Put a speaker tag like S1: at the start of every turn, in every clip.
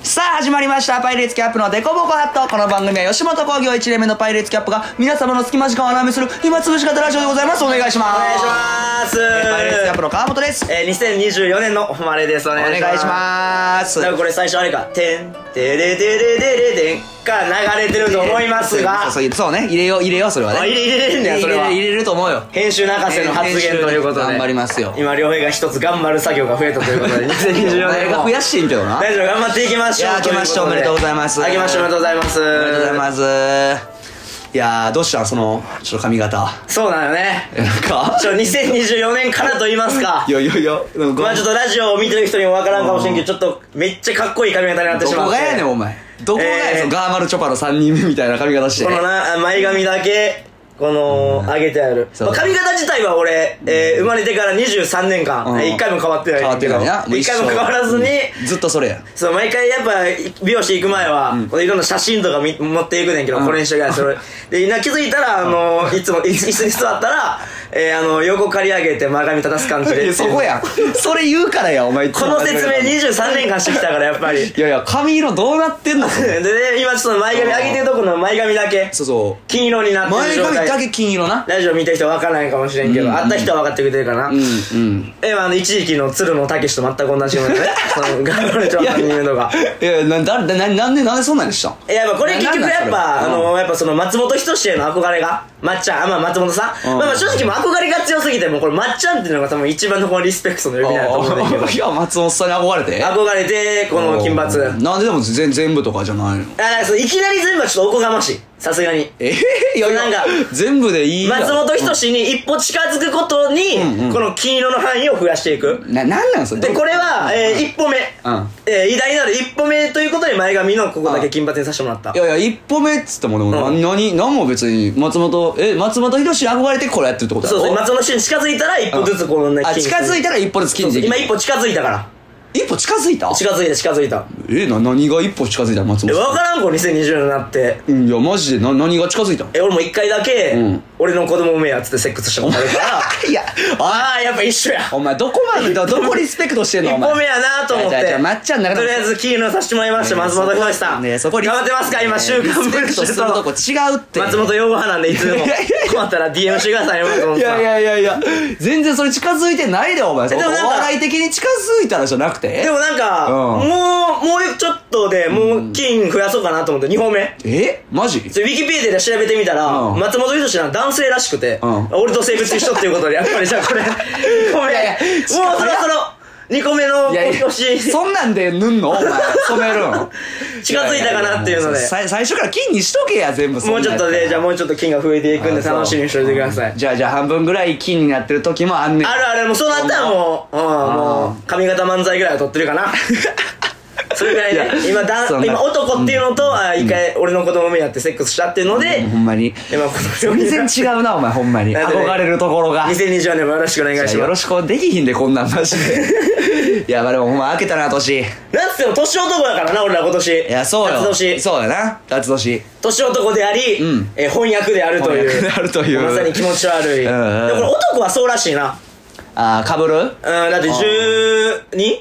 S1: 始まりましたパイレーツキャップのデコボコハットこの番組は吉本興業1年目のパイレーツキャップが皆様の隙間時間を穴埋めする暇つぶし型ラジオでございますお願いします
S2: お願いします
S1: パイレーツキャップの川本です
S2: えー、2024年のおまれですお
S1: お
S2: 願いします
S1: 願いします
S2: なんかこれ最初あれか「てんてれてれてれてん」が流れてると思いますが
S1: そうそうそうね入れよう入れようそれはね
S2: あ入れ入れれんねやそれは
S1: 入れ入れると思うよ
S2: 編集泣かせの発言ということで
S1: 編集頑張りますよ
S2: 今両平が一つ頑張る作業が増えたということで2024
S1: 俺
S2: 年
S1: が
S2: も
S1: 増やしてんけどな
S2: 大丈夫頑張っていきましょう
S1: いや明けましておめでとうございます
S2: あけましておめでとうございます
S1: おめでとうございますいやーどうしたんそのちょっと髪型
S2: そうなのね
S1: えなん か
S2: ちょ2024年からと言いますか
S1: いやいやいやなんか
S2: まあちょっとラジオを見てる人にもわからんかもしれんけどちょっとめっちゃかっこいい髪型になって
S1: ど
S2: しま
S1: こ
S2: って
S1: がやねんお前どこがやねん、
S2: えー
S1: そのガーマルチョパの3人目みたいな髪型して
S2: このなあ前髪だけこの上げてある、
S1: そう
S2: まあ、髪型自体は俺、えー生まれてから23年間
S1: うん
S2: 一、回も変わってない
S1: 変わってないなもう
S2: 一回も
S1: 生
S2: 変わらずに、
S1: うんずっとそれや
S2: そう毎回やっぱ美容師行く前は、このいろんな写真とかみ持っていくねんけど、
S1: うん
S2: これにしときゃそ れでな気づいたらあのいつもい椅子に座ったら、えーあの横刈り上げて前髪立たす感じ
S1: い
S2: で
S1: やそこやんそれ言うからやお前いつ
S2: こ
S1: も
S2: の説明23年間してきたからやっ ぱり
S1: いやいや髪色どうなってんのそれ
S2: で、ね、今ちょっと前髪上げてるとこの前髪だけ
S1: そうそう
S2: 金色になってる
S1: 前
S2: 状態
S1: 髪だけ金色な
S2: ラジオ見た人は分からないかもしれんけど、
S1: うん
S2: 会った人は分かってくれてるかな。
S1: うんうん
S2: え、まあ、あの、一時期の鶴野武と全く同じものね。その、ガールのちょっと人間とか。
S1: いやなだだななんでなんでそんなんにしたん
S2: いや、まあ、これ結局やっぱ、
S1: な
S2: あ
S1: んなんそれ
S2: の、やっぱその、松本人志への憧れが、まっちゃん、あ、まあ、松本さん。
S1: うん
S2: まあまあ、正直もう憧れが強すぎて、もうこれ、まっちゃんっていうのが多分一番のこのリスペクトの呼び名だと思うんだけど。
S1: いや松本さんに憧れて
S2: 憧れて、この金髪。
S1: うんなんででも全全部とかじゃないの
S2: あ、そう、いきなり全部はちょっとおこがましい。さすがに。
S1: えいやいや
S2: なんか
S1: 全部でいいやろ
S2: 松本人志に一歩近づくことに、この金色の範囲を増やしていく。
S1: ななんなんそれ
S2: でこれは、えー、一歩目、
S1: ん
S2: えー偉大なる一歩目ということで前髪のここだけ金髪にさせてもらった
S1: いやいや一歩目っつってもでも
S2: うん
S1: 何何何も別に松本え松本人志に憧れてこれやってるってことだ
S2: そ
S1: ろ
S2: うそう松本氏に近づいたら一歩ずつこのね
S1: あ近づいたら一歩ずつ金
S2: そう
S1: で
S2: そう
S1: き
S2: 今一歩近づいたから
S1: 一歩近づいた
S2: 近づいた近づいた
S1: えな何が一歩近づいた松
S2: え
S1: 本
S2: 分
S1: さ
S2: からんこ2020年になって
S1: んいやマジでな何が近づいたの
S2: え俺も一回だけ、
S1: うん
S2: 俺の子供産めやっつってセックスしたことあるから
S1: いや
S2: ああやっぱ一緒や
S1: お前どこまで どどこリスペクトしてん
S2: 一
S1: のお
S2: 歩目
S1: 前
S2: やなと思っ
S1: じゃあじゃあじゃ
S2: て
S1: あまっちゃんの中
S2: と
S1: で
S2: りあえず金色させてもらいました松本人志さん
S1: ね
S2: 頑
S1: そこリス
S2: 張ってますか今「週
S1: リ
S2: 刊
S1: スペク
S2: 文春
S1: ト」するとこ違うって
S2: 松本陽子派なんでいつでも
S1: いやいやいや
S2: 困ったら DM してくださいよ松本さん
S1: いやいやいやいや全然それ近づいてないでお前そ
S2: で
S1: の
S2: も
S1: お
S2: なんか
S1: 笑い的に近づいたらじゃなくて
S2: でもなんか、
S1: うん
S2: もうもうちょっとでもう金増やそうかなと思って2本目
S1: えマジ
S2: それウィキペディアで調べてみたら、
S1: うん
S2: 松本人志は男性らしくて、
S1: うん
S2: 俺と性別一緒っていうことでやっ ぱりじゃあこれごめん
S1: いやいや
S2: もうそろそろ2個目の
S1: いや いや
S2: お年
S1: そんなんで塗んのお前染めるん
S2: 近づいたかなっていうの
S1: ややや
S2: で
S1: もさ最初から金にしとけや全部
S2: もうちょっとでじゃあも
S1: う
S2: うちょっと金が増えていくんで楽しみにしておいてください
S1: じゃあじゃあ半分ぐらい金になってる時もあんねん
S2: あるあるもうそうなったらもう、うん、もう髪型漫才ぐらいは撮ってる かなそれぐらい
S1: いや
S2: ね今
S1: そん
S2: だ
S1: な
S2: 今男っていうのと、あ一回俺の子供目やってセックスしたっていうので、
S1: ほんまに
S2: 今この
S1: 全然違うなお前ほんまに
S2: なんでね
S1: 憧れるところが
S2: 2020年もよろしくお願いします
S1: よろしくできひんでこんなんマジ でいやまあでもほんま開けたな年い
S2: なんつっても年男やからな俺ら今年い
S1: やそうよ
S2: 年
S1: そうやな辰年
S2: 年男であり、
S1: ん
S2: えー翻訳であるという
S1: 翻訳であるという
S2: まさに気持ち悪い、
S1: うんうん
S2: でこれ男はそうらしいな
S1: ああかぶる
S2: うんだって 12?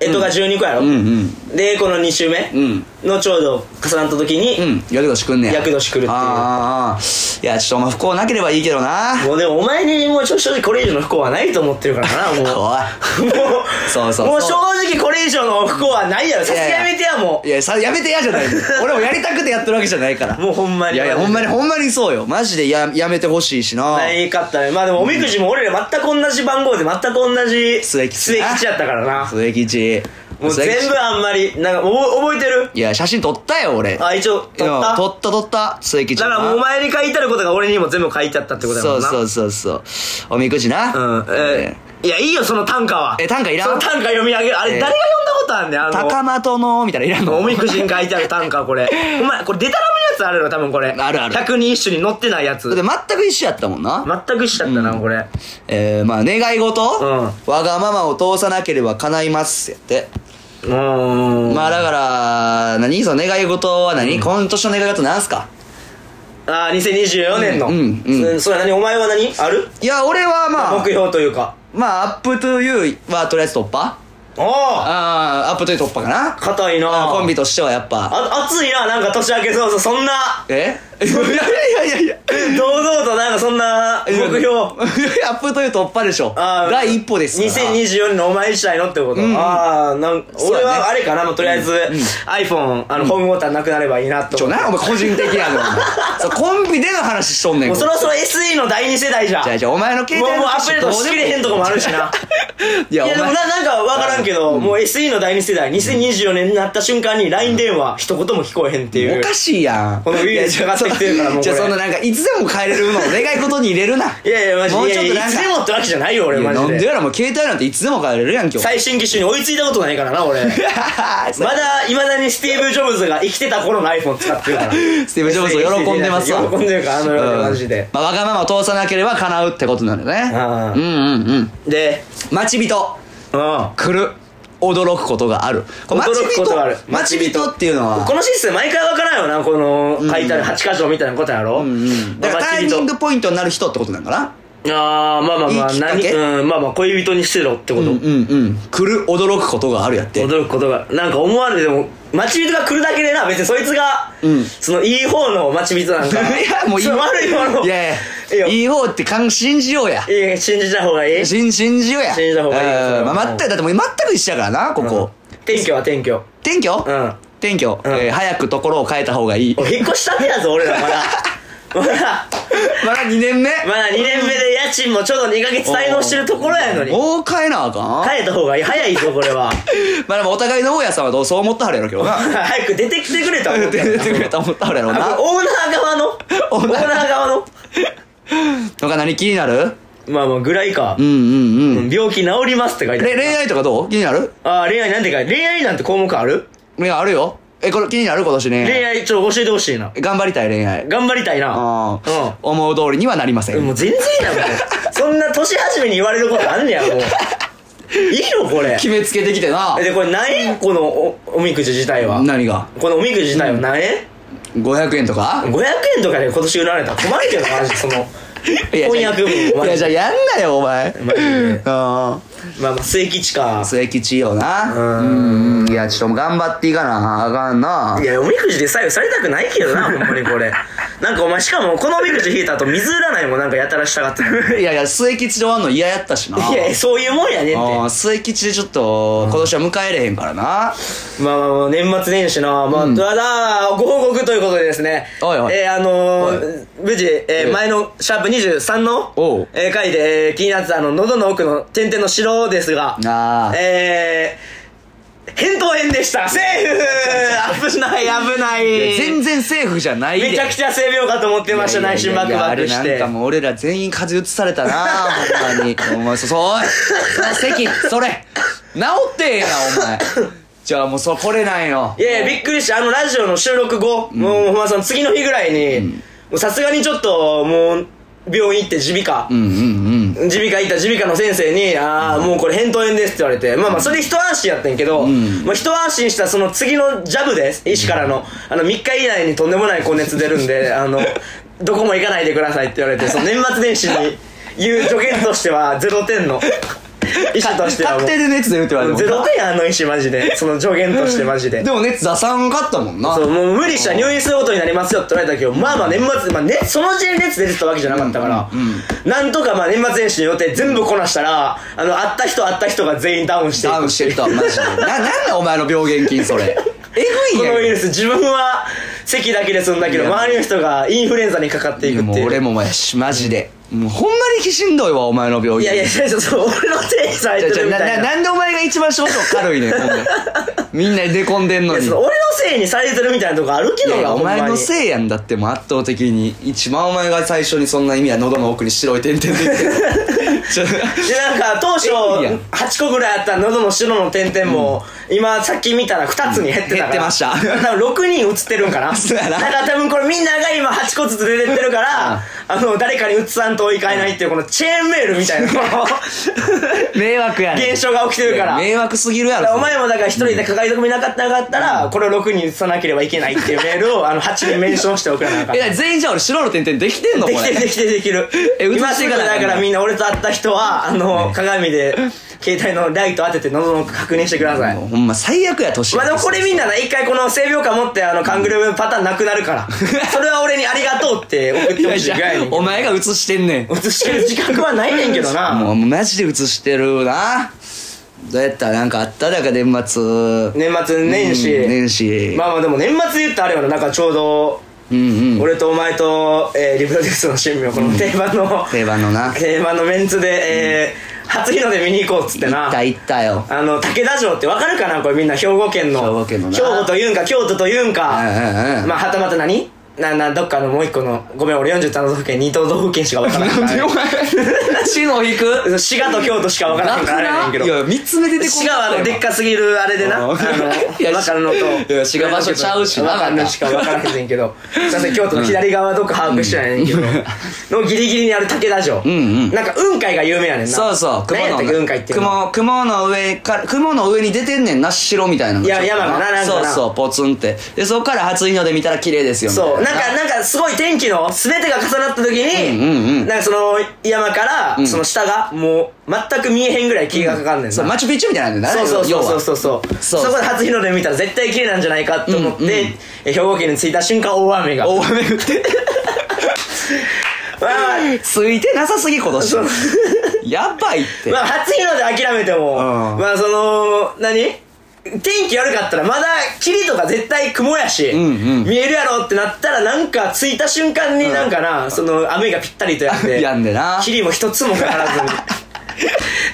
S2: えっとが12個やろ、
S1: うんうん
S2: でこの2週目
S1: ん
S2: のちょうど重なった時に、
S1: うん厄年くんねや
S2: 厄年来るっていう
S1: ああいやちょっとお前不幸なければいいけどな
S2: もうでもお前にもうちょ正直これ以上の不幸はないと思ってるからな もうも
S1: おいうそうそう
S2: もう正直これ以上の不幸はないやろさすがやめてやも
S1: いやさやめてやじゃないの俺もやりたくてやってるわけじゃないから
S2: うもうほんまに
S1: いやいやほんまにほんまにそうよマジでややめてほしいしな
S2: ないかったねまあでもおみくじも俺ら全く同じ番号で全く同じ
S1: 末吉な
S2: やったからな
S1: 末吉
S2: もう
S1: 末吉
S2: 全部あんまりなんかおぼ覚えてる
S1: いや写真撮ったよ俺
S2: あ一応撮
S1: い
S2: った
S1: や撮った撮った末吉
S2: だからもうお前に書いてあることが俺にも全部書いてあったってことだ
S1: そ
S2: もん
S1: う
S2: な
S1: そうそうそうおみくじな
S2: うんえーいやいいよその短歌は
S1: え短歌いらん
S2: その短歌読み上げるあ
S1: え
S2: れ
S1: ー
S2: 誰が読んだことあんねんあの
S1: 高松のみたいないらんの
S2: おみくじに書いてある単価これ。 お前、これデタラメのやつあるの多分これ。
S1: あるある
S2: 百人一首に載ってないやつ。
S1: だって全く一緒やったもんな、
S2: 全く一緒だったな、これ。
S1: えー、まあ願い事、
S2: う
S1: わがままを通さなければ叶いますやって
S2: うーん。
S1: まあだから何その願い事は何、今年の願い事なんすか
S2: あー、2024年の。
S1: うんうんうん
S2: そそれは何お前は何ある
S1: いや俺はまあ
S2: 目標というか。
S1: まあアップトゥーユーはとりあえず突破
S2: おお
S1: ああアップという突破かな
S2: 硬いな
S1: あーコンビとしてはやっぱ
S2: あ熱いななんか年明けそうそうそんな
S1: えいやいやいやいや
S2: 堂々となんかそんな目標
S1: い やアップという突破でしょ
S2: あー
S1: 第一歩ですから
S2: 2024年のお前したいのってこと、
S1: ん
S2: ああなん
S1: うだね
S2: 俺はあれかなもうとりあえず、iPhone あの、ホームボタンなくなればいいなと
S1: ちょ
S2: 思って
S1: なお前個人的 やねんお前そうコンビでの話しとんねん
S2: もうそ
S1: これ
S2: ろそろ SE の第二世代じゃん
S1: じゃあじゃあお前の携
S2: もう
S1: 帯
S2: もう
S1: の
S2: アップデートしきれへんとこもあるしな
S1: い
S2: いや
S1: やお
S2: でもな
S1: 前
S2: なんかわからんけど、もう SE の第二世代2024年になった瞬間に LINE 電話一言も聞こえへんっていう
S1: おかしいやん
S2: このウイルスが上がってきてるからもうこれ
S1: じゃあそんななんかいつでも帰れるのを願い事に入れるない
S2: やいやマジで
S1: もうちょっ
S2: い
S1: と
S2: やい
S1: なん
S2: やいつ
S1: か
S2: でもってわけじゃないよ俺
S1: いや
S2: マ
S1: な
S2: ジ
S1: んで
S2: で
S1: やらもう携帯なんていつでも変えれるやん今日
S2: 最新機種に追いついたことないから な俺まだいまだにスティーブ・ジョブズが生きてた頃の iPhone 使ってるから
S1: スティーブ・ジョブズ喜んでますわ
S2: 喜んでるからあの世
S1: うん
S2: でマジで
S1: まあ、わがままを通さなければ叶うってことなのね
S2: ああ
S1: うんうんうん
S2: で
S1: 待ち人
S2: うん
S1: 来る驚くことがあるこれ
S2: 驚くことがある
S1: 待ち人待ち人っていうのは
S2: このシステム毎回わからんよなこの書いてある8箇所みたいなことや
S1: うん
S2: ろ
S1: うんだからタイミングポイントになる人ってことなんかな
S2: ああまあまあまあ
S1: いいきっかけ
S2: 何うんまあまあ恋人にしてろってこ
S1: う
S2: と
S1: んうんうん来る驚くことがあるやって
S2: 驚くことがなんか思わぬでも待ち人が来るだけでな別にそいつが、
S1: うん
S2: そのいい方の待ち人なんか
S1: いやもういい
S2: その悪い方の
S1: いや
S2: いい
S1: いや
S2: よ
S1: いい方って感信じようや
S2: いや信じた方がいい
S1: 信信じようや
S2: 信じた方がいいよそれ
S1: うん
S2: は
S1: まあ全くだってもう全く一緒やからなここ
S2: うん転居は転居
S1: 転居
S2: うん
S1: 転居
S2: うん
S1: えー早くところを変えた方がいい
S2: お引っ越したてやぞ俺 らまだまだ
S1: まだ2年目
S2: まだ2年目で家賃もちょうど2ヶ月滞納してるところやのに
S1: もう変えなあかん
S2: 変えた方がいい早いぞこれは
S1: まあでもお互いの大家さんはどうそう思ったはるやろけどな
S2: 早く出てきてくれたも ん
S1: 出てくれた思ったはるやろ
S2: あ
S1: な
S2: これオーナー側の
S1: オ
S2: オ
S1: ー
S2: ー
S1: ナ
S2: ナ
S1: ー
S2: ー側の
S1: とか何気になる
S2: まあまあぐらいか
S1: うんうんうん
S2: うん病気治りますって書いてあ
S1: れ
S2: る
S1: 恋愛とかどう気になる
S2: ああ恋愛なんて書いて恋愛なんて項目ある
S1: 恋愛あるよえこれ気になる今年
S2: 恋
S1: ね
S2: 愛ちょっと教えてほしいな
S1: 頑張りたい恋愛
S2: 頑張りたいな
S1: あー思う通りにはなりませ
S2: うん
S1: ん
S2: もう全然いいなもうそんな年始めに言われることあんねやもういいのこれ
S1: 決めつけてきてな
S2: えでこれ何円このおおみくじ自体は
S1: 何が
S2: このおみくじ自体は何円
S1: 500円とか
S2: 500円とかで今年売られたら困るけどマジでその
S1: いや
S2: 翻訳文
S1: いやじゃあやんなよお前
S2: マジで
S1: あ
S2: まあまあ末吉か
S1: あ末吉よなうんいやちょっと頑張っていかなあかんない
S2: や、おみくじで左右されたくないけどな、ほんまに これ。なんかお前、しかもこのおみくじ引いた後、水占いもなんかやたらしたがってた。
S1: いやいや末吉で終わんの嫌やったしない
S2: や、そういうもんやねん
S1: あ
S2: っ
S1: ー末吉でちょっと今年は迎えれへんからな
S2: て。まあまあまあ、年末年始な、まあ、ただ、ご報告ということでですね。
S1: おいおい
S2: えー、あのー、無事、え
S1: え
S2: ー、前のシャープ23の
S1: おう、
S2: えー、回で、えー気になってたあの、喉の奥の点々の白ですが、
S1: あー
S2: えー、返答編でしたセーフ危ない、危ない
S1: いや全然セーフじゃないで
S2: めちゃくちゃ性病かと思ってました、内心バクバクし
S1: いやいやいやあれ
S2: て。
S1: なんかもう俺ら全員風邪移されたなほん まにお前そそうおいその席それ治ってえやお前じゃあもうそこれなんよ
S2: いやいや、びっくりして、あのラジオの収録後、もう、ほんまさん、次の日ぐらいに、もうさすがにちょっと、もう、病院行って耳鼻科
S1: う、んうん
S2: 耳鼻科行った耳鼻科の先生に、ああ、もうこれ扁桃炎ですって言われて、まあまあ、それ一安心やったんやけど、
S1: ん
S2: もう一安心したその次のジャブです、医師からの、あの、3日以内にとんでもない高熱出る んで、あの、どこも行かないでくださいって言われて、その年末年始に言う助言としては、0点の、医師としてはも
S1: 確定
S2: う、
S1: で熱出るって言われて
S2: 0
S1: も
S2: 点やあの医師マジで、その助言としてマジで。
S1: でも熱出さんかったもんな
S2: そうもう無理したら入院することになりますよって言われたけど、まあまあ年末、まあね、その時点で熱出てたわけじゃなかったから、
S1: うんうん
S2: なんとかまあ年末年始の予定全部こなしたら、あの、会った人会った人が全員ダウンしていく
S1: ダウンしてるとはマジでななんだお前の病原菌それえぐい
S2: こ
S1: んや
S2: のウイ
S1: け
S2: ルス、自分は咳だけで済んだけど、
S1: いや
S2: 周りの人がインフルエンザにかかっ
S1: ど
S2: てい
S1: い
S2: く
S1: や
S2: っ
S1: もう
S2: ていう。
S1: 俺ももやしマジでもうほんまにしんどいわお前の病原菌
S2: いやいや、いやそう俺のせいにされ
S1: ち
S2: て
S1: ょち
S2: る
S1: ょ
S2: み
S1: な
S2: たい
S1: な
S2: な。
S1: なんでお前が一番症状軽いねんほんでみんなでこんでんの
S2: いや
S1: に
S2: その俺のせいにされてるみたいなとこあるけ
S1: い
S2: ど
S1: やい
S2: な、
S1: やお
S2: ほんまに
S1: 前のせいやんだってもう圧倒的に一番お前が最初にそんな意味は喉の奥に白い点々で ちょ
S2: でなんか当初
S1: えいや
S2: 8個ぐらいあった喉の白の点々も、今さっき見たら2つに減ってたから、
S1: 減ってました
S2: 多分6人映ってるんかな
S1: そうやな
S2: だから多分これみんなが今8個ずつ出てってるからあの誰かに映さんといかないっていうこのチェーンメールみたいな この
S1: 迷惑やねん
S2: 現象が起きてるから
S1: 迷惑すぎるや
S2: だから
S1: ろ
S2: お前もだから一人で抱え込みなかったらなかったらこれを6人映さなければいけないっていうメールをあの8人メンションしておくらなあかん
S1: えなに全員じゃあ俺白の点々できてんのこ
S2: で
S1: れ
S2: きてるできてるできる
S1: え映
S2: 今
S1: し
S2: す
S1: てい
S2: ぐ
S1: かな
S2: だからみんな俺と会った人はあの鏡で携帯のライト当てて喉の奥確認してください。
S1: もうほんま最悪や年
S2: まあでもこれみんなな、一回この性病感持ってあの、カングルーパターンなくな るから。それは俺にありがとうって送ってほしいぐらいに。
S1: お前が映してんねん
S2: 映してる自覚はないねんけどな。
S1: もうマジで映してるなどうやったなんかあっただか年末
S2: 年末年始。
S1: うん年始
S2: まあまあでも年末で言ったらあれよな、なんかちょうど、
S1: うんうん
S2: 俺とお前と、えーリブロデュースの新名、この定番の、
S1: 定番のな
S2: 定番のメンツで、えー初日の出見に行こうっつって
S1: 行
S2: な。
S1: った行ったよ
S2: あの、武田城ってわかるかなこれみんな兵庫県の。
S1: 兵庫県のな
S2: 庫というんか、京都というんか。
S1: うんうんうん
S2: まあ、はたまた何な、な、どっかのもう一個の、ごめん、俺47都道府県、2都道府県しかわから んから。
S1: 死の引く
S2: 滋賀と京都しかわからんからあれやねんけ
S1: い
S2: ど。
S1: や三つ目出てこ
S2: 滋賀はあのでっかすぎるあれでな、あの、
S1: うん
S2: わかるの
S1: い
S2: と。
S1: や滋賀場所ちゃうしな
S2: わかんのしかわからへんねんけど。すいません、京都の左側どっか把握してないねんけど。のギリギリにある武田城。
S1: ん
S2: なんか、雲海が有名やねんな。
S1: そうそう
S2: 雲
S1: 雲
S2: やったっけ、雲海っ
S1: の
S2: ていうの。
S1: 雲雲の上から雲の上に出てんねんな城みたいなのが
S2: いや山がななんか
S1: そう
S2: な
S1: そうポツンってでそこから初日の出見たら綺麗ですよみたい
S2: そうなんかなんかすごい天気の全てが重なった時に、
S1: うんうんうん
S2: なんかその山から、その下がもう全く見えへんぐらい霧がかかんねんな、
S1: そうマチュピチュみたいなんだよな
S2: そうそうそうそううそう
S1: そう
S2: そこで初日の出見たら絶対綺麗なんじゃないかと思っ
S1: う
S2: て、
S1: んうん
S2: え兵庫県に着いた瞬間大雨 が
S1: 大雨降って
S2: まあまあ
S1: ついてなさすぎ今年 やばいって
S2: まあ初日の出諦めても、
S1: ん
S2: まあその何天気悪かったらまだ霧とか絶対雲やし、
S1: んうん
S2: 見えるやろってなったらなんか着いた瞬間になんかな、その雨がぴったりとやって
S1: やんでな
S2: 霧も一つもかから ずに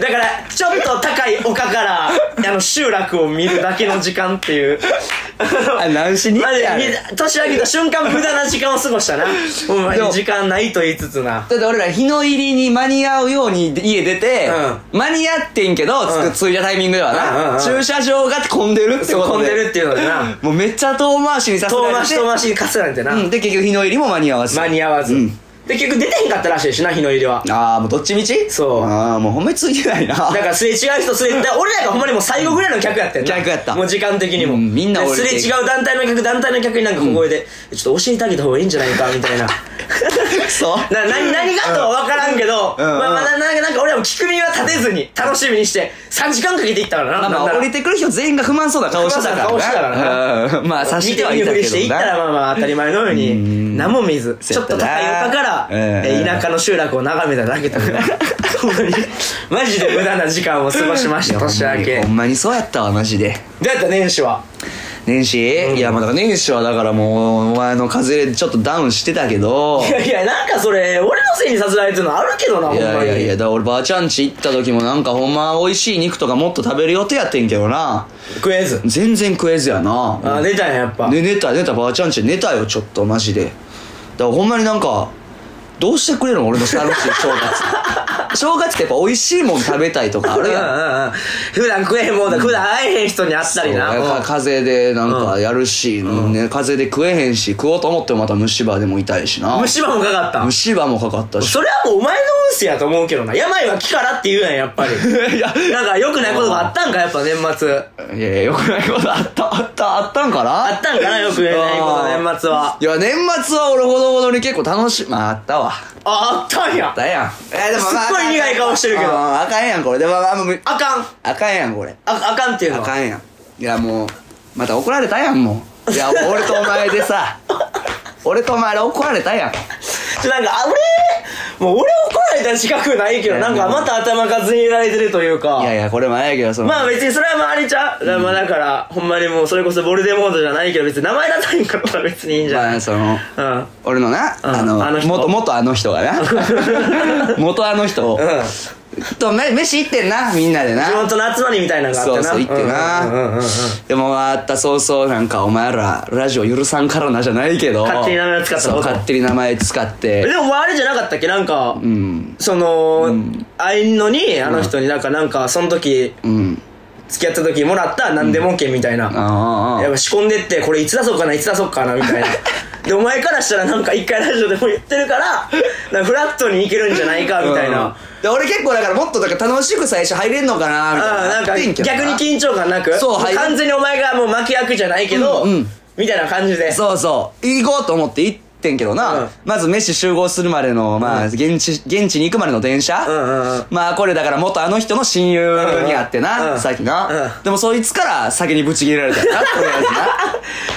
S2: だからちょっと高い丘からあの集落を見るだけの時間っていう
S1: あ何しに行
S2: ま
S1: っ
S2: あ
S1: て
S2: で
S1: やる
S2: 年明けた瞬間無駄な時間を過ごしたなお前
S1: でも
S2: 時間ないと言いつつな
S1: だって俺ら日の入りに間に合うように家出て、間に合ってんけど、つ
S2: うん
S1: く着いたタイミングではな、
S2: うんうんうん
S1: 駐車場が混んでるってことで
S2: 混んでるっていうのでな
S1: もうめっちゃ遠回しにさせら
S2: 遠
S1: れ
S2: 回
S1: て
S2: し遠回しに貸すなんてな、
S1: うん、で結局日の入りも間に合わず
S2: 間に合わず、
S1: うん
S2: で結局出てへんかったらしいしな日の入りは
S1: ああもうどっちみち
S2: そう
S1: ああもうほんまについてないな
S2: だからすれ違う人すれ違う俺らがほんまにもう最後ぐらいの客やってんな
S1: 客やった
S2: もう時間的にも、
S1: うんみんな
S2: で
S1: 俺
S2: すれ違う団体の客団体の客になんか小声で、ちょっと教えてあげた方がいいんじゃないかみたいな
S1: そう
S2: な何何がとは分からんけど、
S1: うんうん
S2: まあ、まだなんかなんか俺らも聞く耳は立てずに楽しみにして3時間かけていったからな,、
S1: まあま
S2: なんな
S1: あ
S2: ら
S1: 降りてくる人全員が不満そうな顔してたからな
S2: 不満そうな顔してたから
S1: うんまあ察し
S2: 見
S1: て
S2: て
S1: は
S2: 見
S1: い
S2: ぬ
S1: た
S2: ふ
S1: け
S2: りしてい
S1: ど
S2: ったら
S1: な
S2: まあまあ当たり前のように何も見ず
S1: そうや
S2: ちょ
S1: っ
S2: ったと
S1: な
S2: 高い丘から
S1: うん
S2: えー田舎の集落を眺めただけ だからほんまにマジで無駄な時間を過ごしました年明け
S1: ほんまにそうやったわマジで
S2: どうやった年始は
S1: 年始、いやまあだから年始はだからもうお前の風邪でちょっとダウンしてたけ ど
S2: いやいやなんかそれ俺のせいにさせられてるのあるけどなほん
S1: いや
S2: ま
S1: いやいや
S2: に
S1: だから俺ばあちゃんち行った時もなんかほんま美味しい肉とかもっと食べる予定やってんけどな
S2: 食えず
S1: 全然食えずやな
S2: あ出たんややっぱ
S1: ね、寝た寝たばあちゃんちで寝たよちょっとマジでだからほんまになんかどうしてくれるの俺の楽しい 正月正月ってやっぱ美味しいもん食べたいとかあるやん
S2: うんうんうん普段食えへんもんだ普段会えへん人に会ったりな
S1: そうか
S2: うん
S1: 風邪でなんかやるし、ね、風邪で食えへんし食おうと思ってもまた虫歯でも痛いしな
S2: 虫歯もかかった
S1: 虫歯もかかったし
S2: それはもうお前の運勢やと思うけどな病は気からって言うやんやっ ぱり
S1: いや
S2: なんか良くないことがあったんかやっぱ年末
S1: いやいやよくないことあったあったあったんかな
S2: あったんかなよくないこと年末は。
S1: いや年末は俺ほどほどに結構楽しいまああったわ
S2: あ、あったんや
S1: あったやんえで
S2: すっごい苦い顔してるけど
S1: ああかんやんこれでもあもう
S2: あかんあ、
S1: あかんやんこれ
S2: あかんっていう
S1: あ
S2: のは
S1: かんやんいやもうまた怒られたやんもういやもう俺とお前で さ俺とお前で怒られたやん
S2: ちょなんか、あ、俺、もう俺怒られた自覚ないけど、
S1: いや
S2: なんか
S1: もう
S2: また頭数に入れられてるというか。
S1: いやいやこれもあれやけどその
S2: まあ別にそれはまああれちゃう、まあだから、ほんまにもうそれこそボルデモードじゃないけど、別に名前出さへんかったら別にいいんじゃ
S1: ま
S2: ない、
S1: あその
S2: うん。
S1: 俺のな、
S2: うん
S1: あの
S2: あの人
S1: 元元あの人が な元あの人、とめ飯行ってんなみんなでな
S2: 地元の集まりみたいなのがあって
S1: そう
S2: な。
S1: そう言ってな、
S2: うんうんうんうん。
S1: でもあったそうそうなんかお前らラジオ許さんからなじゃないけど
S2: 勝手に名前使った
S1: そう
S2: こと
S1: 勝手に名前使っ
S2: え
S1: て
S2: でもお前あれじゃなかったっけなんか、
S1: うん
S2: その、会いんのに、あの人になんか、なんか、その時、
S1: うん
S2: 付き合った時もらった何でも券みたいな、
S1: あ
S2: やっ
S1: あ
S2: ぱ仕込んでってこれいつ出そうかないつ出そうかなみたい なでお前からしたらなんか一回ラジオでも言ってるからなんかフラットにいけるんじゃないかみたいな、
S1: で俺結構だからもっとだから楽しく最初入れんのかなみたい
S2: あ
S1: な
S2: あなんか
S1: やって
S2: 逆
S1: んけどな
S2: に緊張感なく
S1: そう
S2: も
S1: はい
S2: 完全にお前がもう巻き役じゃないけど、
S1: うんうん
S2: みたいな感じで
S1: そうそう行こうと思って行っってんけどな、
S2: うん
S1: まず飯集合するまでの、まあ、現地、現地に行くまでの電車、
S2: うんうんうん
S1: まあ、これだから元あの人の親友にあってな、
S2: うんうん
S1: さっきな、
S2: うん
S1: でもそいつから先にぶち切れられ たよな、とりあえ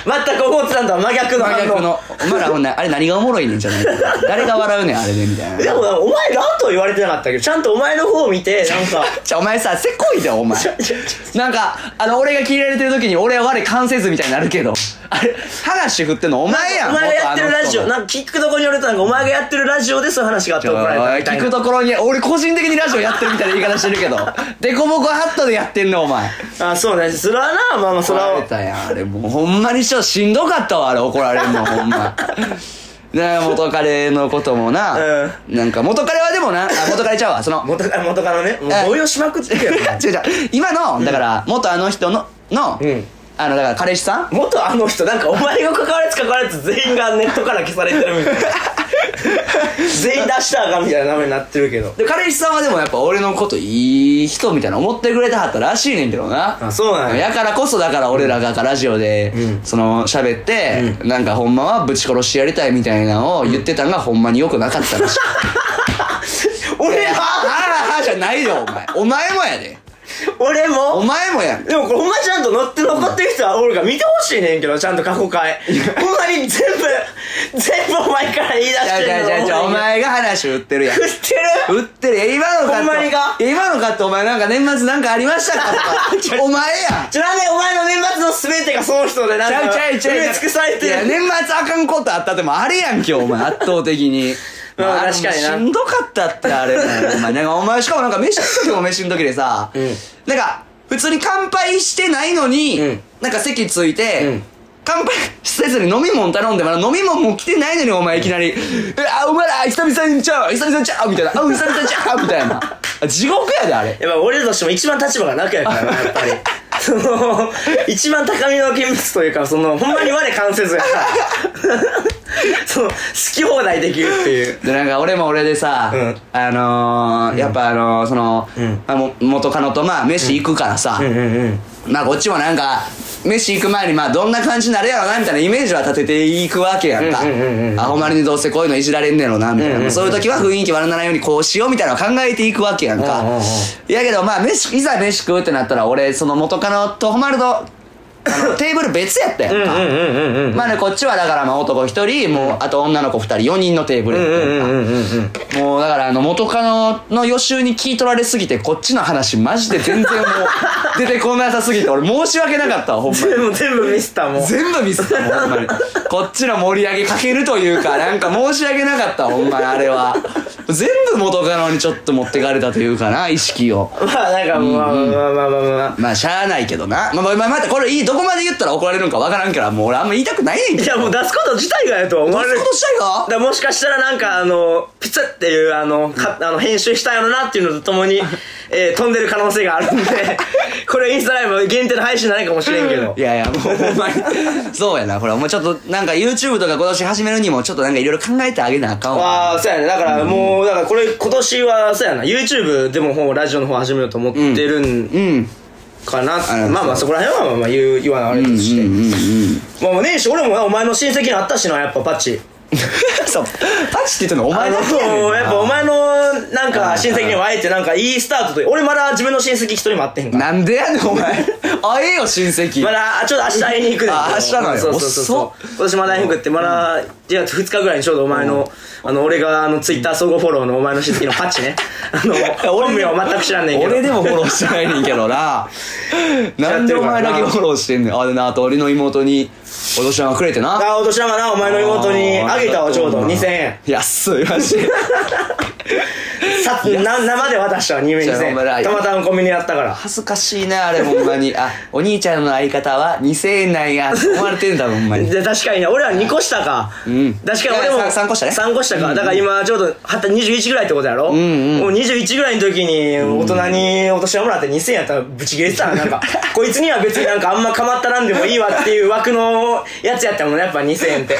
S1: ずな。
S2: 全く思ってたんとは真逆の反応
S1: 真逆の。お前らほんなあれ何がおもろいねんじゃないか。誰が笑うねん、あれで、みたいな。
S2: でもなお前なんと言われてなかったけどちゃんとお前の方を見てなんか
S1: じゃあお前さ、せこいで、お前。 なんか、あの、俺が切られてる時に俺は我関せずみたいになるけど、あれ、話振ってんのお前やん。
S2: お前がやってるラジオ
S1: 元あの人の
S2: なんか聞くとこによるとなんかお前がやってるラジオでそういう話があって怒られたみたい
S1: 聞
S2: な
S1: くところに、俺個人的にラジオやってるみたいな言い方してる けど、デコボコハットでやってんの、お前。
S2: あそうねそれはなまあまあそ
S1: 怒
S2: れ
S1: ら
S2: は
S1: れたやん、あれ。もうほんまにしょ、しんどかったわ、あれ怒られんの、ほんま。 なあ元彼のこともな、
S2: うん
S1: なんか元彼はでも な、あ元彼ちゃうわ、その、
S2: 元カ元カノねもう
S1: え
S2: 動揺しまくってるやん
S1: 違う違う今のだから元あの人のの、
S2: うん
S1: あのだから彼氏さん
S2: 元あの人なんかお前が関わるつ関わるつ全員がネットから消されてるみたい な全員出したらあかんみたいな名前になってるけど
S1: で彼氏さんはでもやっぱ俺のこといい人みたいな思ってくれてはったらしいねんけどな
S2: あそうなんや
S1: やからこそだから俺らがラジオで、
S2: うん
S1: その喋って、なんかほんまはぶち殺してやりたいみたいなのを言ってたんがほんまによくなかったらしい
S2: 俺
S1: はは
S2: は
S1: はじゃないよお前お前もやで
S2: 俺も
S1: お前もやん
S2: でもこれほんまちゃんと乗って残ってる人はおるから見てほしいねんけどちゃんと過去回ほんまに全部全部お前から言い出
S1: じゃ
S2: し
S1: じゃじ
S2: て
S1: ゃ
S2: る
S1: じ
S2: の
S1: ゃお前が話売ってるやん
S2: 食ってる
S1: 売ってる今のカット
S2: ほんまにか
S1: 今のカットお前なんか年末なんかありましたかとかお前やん
S2: ちょなんでお前の年末の全てがその人でなん
S1: ちゃ
S2: か
S1: うちゃうちゃう
S2: 埋め尽くされて
S1: いや
S2: る
S1: 年末あかんことあったってもあれやんけお前圧倒的に
S2: まあ
S1: まあれ
S2: 確かにな
S1: しんどかったってあれもお前なんかお前しかもなんか飯の時も飯の時でさ、
S2: ん
S1: なんか普通に乾杯してないのに、
S2: うん
S1: なんか席ついて、
S2: うん
S1: 乾杯せずに飲み物頼んでまだ飲み物も来てないのにお前いきなり「えあお前ら久々にちゃう久々にちゃう」みたいな「あ久々にちゃう」みたいな あ地獄やであれ
S2: やっぱ俺としても一番立場が楽やからなやっぱりその一番高みの見物というかそのほんまに我関せずやからその好き放題できるっていう
S1: でなんか俺も俺でさ、
S2: うん
S1: あのーやっぱあのーその、
S2: うん
S1: あの元カノとまあ飯行くからさ、
S2: うんうんうん
S1: まあこっちもなんか飯行く前にまあどんな感じになるやろなみたいなイメージは立てていくわけやんか、
S2: うんうんうんうん
S1: あほんまにどうせこういうのいじられんねやろなみたいな、
S2: うんうんうん
S1: そういう時は雰囲気悪ならないようにこうしようみたいなのを考えていくわけやんか、
S2: うんうんうん
S1: やけどまあ飯いざ飯食うってなったら俺その元カノとほまるとあの テーブル別やったやんか、
S2: うんうんうんうん
S1: まあねこっちはだからまあ男1人もうあと女の子2人4人のテーブルやったやんか、
S2: うんうんうん
S1: もうだからあの元カノの予習に聞い取られすぎてこっちの話マジで全然もう出てこなさすぎて俺申し訳なかったわほんまに
S2: 全部全部ミスったもん
S1: 全部ミスったもんほんまにこっちの盛り上げかけるというかなんか申し訳なかったわほんまにあれは全部元カノにちょっと持ってかれたというかな意識を
S2: まあなんかまあまあまあまあまあま
S1: まあしゃあないけどなまあまあまあ待ってこれいいどこまで言ったら怒られるんかわからんからもう俺あんま言いたくないねんけ
S2: あい
S1: ど
S2: やもう出すこと自体がやとは思われる
S1: ことしたいか
S2: だからもしかしたらなんかあのピツっていうあのかあの編集したよなっていうのとともに、えー飛んでる可能性があるんでこれインスタライブ限定の配信じゃないかもしれんけど
S1: いやいや、もうほんま に。そうやな、これ。もうちょっと、なんか YouTube とか今年始めるにも、ちょっとなんかいろいろ考えてあげなあかんわ。
S2: ああそうやねだからもうだからこれ今年はそうやな YouTube でもほうラジオの方始めようと思ってるん
S1: うん。
S2: かな、
S1: うん
S2: まあまあそこら辺はまあまあ言う言わないあれとして、
S1: うんうん。
S2: まあまあ年始俺もなお前の親戚にあったしなやっぱパッチ
S1: そう。パチって言ったのお
S2: あ
S1: 前
S2: の
S1: だけやねんな
S2: やっぱお前のなんか親戚にも会えてなんかいいスタートという俺まだ自分の親戚一人も会ってへんから
S1: なんでやねん、お前。 あええよ、親戚。
S2: まだちょっと明日会いに行くねん
S1: あ明日なんや
S2: そうそうそう
S1: 遅
S2: そ
S1: っ
S2: う今年まだ会いに行くってまだ2月2日ぐらいにちょうどお前のあの俺があのツイッター相互フォローのお前の親戚のパッ チねあの本名は全く知らんねんけど
S1: 俺でもフォローしてないねんけど な。なんでお前だけフォローしてんねん。あ、でな、あと俺の妹に、お年玉くれてな。
S2: あお年玉なお前の妹にあげたわちょうど2000円
S1: 安い、マジ で。
S2: さな生で渡したわ2000
S1: じゃあお前ら
S2: 円たまたまコンビニやったから
S1: 恥ずかしいなあれほんまにあお兄ちゃんの相方は2000円なんやって思われてんだほんまに
S2: で確かにね俺ら2個下か、
S1: ん
S2: 確かに俺も
S1: いやさん三個下ね
S2: 3個下か、だから今ちょうどはた21ぐらいってことやろ、
S1: んうん
S2: もう21ぐらいの時に大人にお年玉もらって2000やったらブチ切れてたらな んかこいつには別になんかあんまかまったらんでもいいわっていう枠のやつやったもんねやっぱ2000円って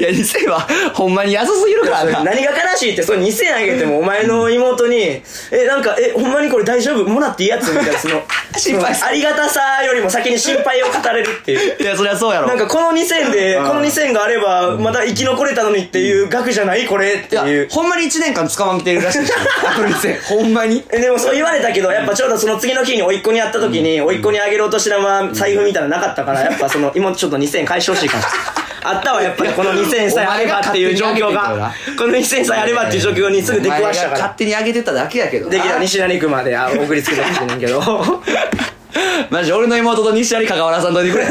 S1: いや、2000はほんまに安すぎるからな。
S2: 何が悲しいって、それ2000あげても、お前の妹に、え、なんか、え、ほんまにこれ大丈夫もらっていいやつみたいな、その、
S1: 心配す
S2: そのありがたさよりも先に心配を語れるっていう。
S1: いや、そりゃ そうやろ。
S2: なんかこの2000で、この2000があれば、まだ生き残れたのにっていう額じゃないこれって
S1: いや
S2: いう。
S1: ほんまに1年間捕まってるらしいし。あの2000、ほんまに。
S2: えでもそう言われたけど、やっぱちょうどその次の日に甥いっ子に会った時に、甥いっ子にあげるお年玉、財布みたいなのなかったから、やっぱその、妹ちょっと2000返してほしいから。 あったわ、やっぱりこの2000さえあればっていう状況
S1: お前が勝手にあげてんだよな、
S2: がこの2000さえあればっていう状況にすぐ出くわし
S1: お前
S2: た
S1: が
S2: から。
S1: 勝手に上げてただけやけどな。
S2: できた西成君まであ送りつけてほしいねんけ ど
S1: マジ、俺の妹と西成香川原さんとにくれ。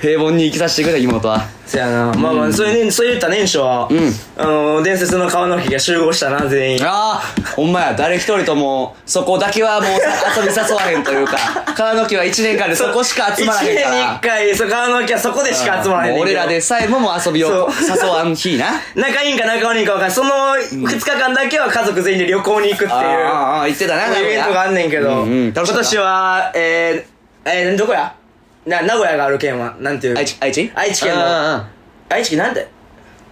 S1: 平凡に生きさせてくれ、妹は。
S2: そやなまあまあそれでそういった年初は、あの伝説の川の木が集合したな全員
S1: ああ、ほんまや、誰一人とも、そこだけはもう遊び誘わへんというか、川の木は1年間でそこしか集まらへんか
S2: 1年に
S1: ら
S2: 1。回そう川の木はそこでしか集まら
S1: もう
S2: へんね
S1: ん
S2: け
S1: 俺
S2: ど
S1: らでさえももう遊びを誘わん日な。
S2: 仲いいんか仲悪いんか分からんその2日間だけは家族全員で旅行に行くって
S1: あー
S2: いう
S1: あー、言ってたな、
S2: イベントがあんねんけど、
S1: うんうん
S2: 今
S1: 楽しかった
S2: 年はえー、えー、どこやな名古屋がある県はなんていう
S1: 愛知、愛知
S2: 愛知県の
S1: うんうんうん
S2: 愛知県なんて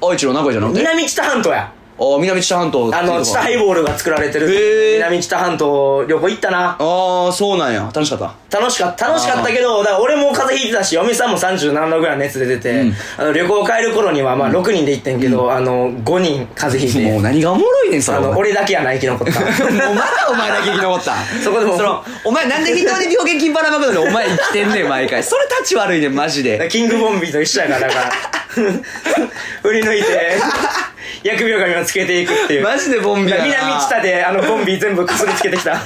S1: 愛知の名古屋じゃなくて
S2: 南知多半島や
S1: ああ、南知多半島ってい
S2: あ
S1: うとこ
S2: の、知多ハイボールが作られてる
S1: へー。
S2: 南知多半島旅行行ったな。
S1: ああ、そうなんや。楽しかった。
S2: 楽しかった、楽しかったけど、だから俺も風邪ひいてたし、嫁さんも37度ぐらいの熱出てて、あの、旅行帰る頃には、まあ6人で行ってんけど、あの、5人風邪ひい
S1: もう
S2: て、
S1: 何がおもろいねん、それ。
S2: あの、
S1: お前
S2: 俺だけやな、生き残った。
S1: もうま だお前だけ生き残った。
S2: そこでも
S1: その、お前なんで人に病原菌ばらまくのにお前生きてん ねん、毎回。それ立ち悪いねん、マジ で。
S2: キングボンビーと一緒やから、だ から。振り抜いて、疫病神をつけていくっていう。
S1: マジでボンビやな。
S2: 南知多で、あの、ボンビー全部薬つけ てきた。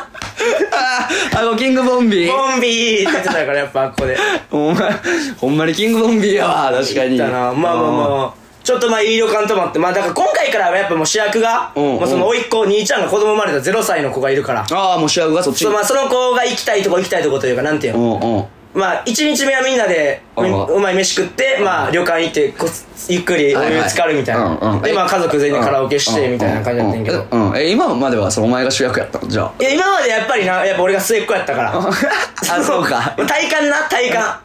S1: あーあの、キングボンビー。
S2: ボンビーって言ってたから、やっぱ、ここで。
S1: お前、ほんまにキングボンビーやわ、確かに。
S2: だなまあまあ
S1: あ。
S2: まあちょっとまあいい旅館泊まってまあだから今回からはやっぱもう主役が
S1: うん
S2: もうその甥っ子兄ちゃんが子供生まれた0歳の子がいるから
S1: ああ、もう主役がそっち。
S2: そうまあその子が行きたいとこ行きたいとこというかなんていう
S1: う
S2: の
S1: んうん。
S2: まあ1日目はみんなで
S1: う
S2: うんうまい飯食ってまあ旅館行ってこゆっくりお湯浸かるみたい
S1: ははうんう
S2: なんでまあ家族全員でカラオケしてみたいな感じだったんやけど
S1: うんうんうんえ今まではそのお前が主役やったのじゃあ
S2: いや今までやっぱりなやっぱ俺が末っ子やったから
S1: あそうか
S2: 体感な体感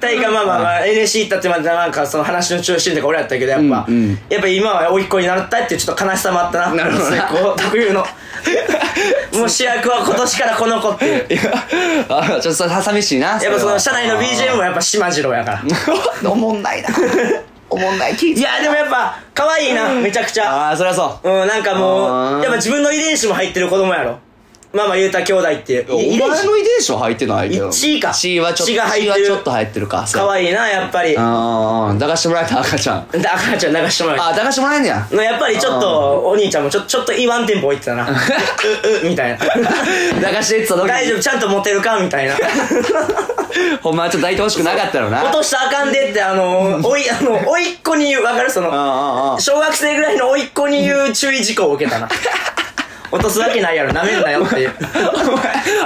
S2: 体感まあまあまあ NSC 行ったってまだなんかその話の中心とか俺やったけどやっぱ、
S1: うんうん
S2: やっぱ今は甥っ子になったっていうちょっと悲しさもあったな
S1: なるほどな
S2: 末っ子特 有のもう主役は今年からこの子っていう
S1: いやあちょっとさ寂しいな
S2: やっぱその社内の BGM
S1: は
S2: はやっぱ島次郎やから
S1: あー おもんないなおもんない聞い
S2: いやでもやっぱ可愛いなめちゃくちゃ
S1: ああそりゃそう
S2: うん、なんか
S1: あ
S2: も
S1: ー
S2: う、やっぱ自分の遺伝子も入ってる子供やろ。まあまあ言うたら兄弟っていう。
S1: お前
S2: 遺伝子
S1: の遺伝子は入ってないけど
S2: C か
S1: C はちょっと
S2: C が入って
S1: C は
S2: る
S1: ちょっと入ってるかそう
S2: 可愛いな、やっぱり。だ
S1: ああ抱かしてもらえた赤ちゃん
S2: 赤ちゃん流してもら
S1: あ抱かしてもらえんねや
S2: う。のやっぱりちょっと、お兄ちゃんもちょ、ちょっと言わんテンポいってた な。う、う、みたいな。
S1: 抱かしてって言った時
S2: 大丈夫、ちゃんとモテるかみ たいな。
S1: 夫ほんまはちょっと抱いてほしくなかったろな
S2: 落としたらあかんでって、あの、おい、あの、おいっ子に言う、わかるその、
S1: ああ
S2: 小学生ぐらいのおいっ子に言う注意事項を受けたな。落とすわけないやろ、舐めんなよって いう。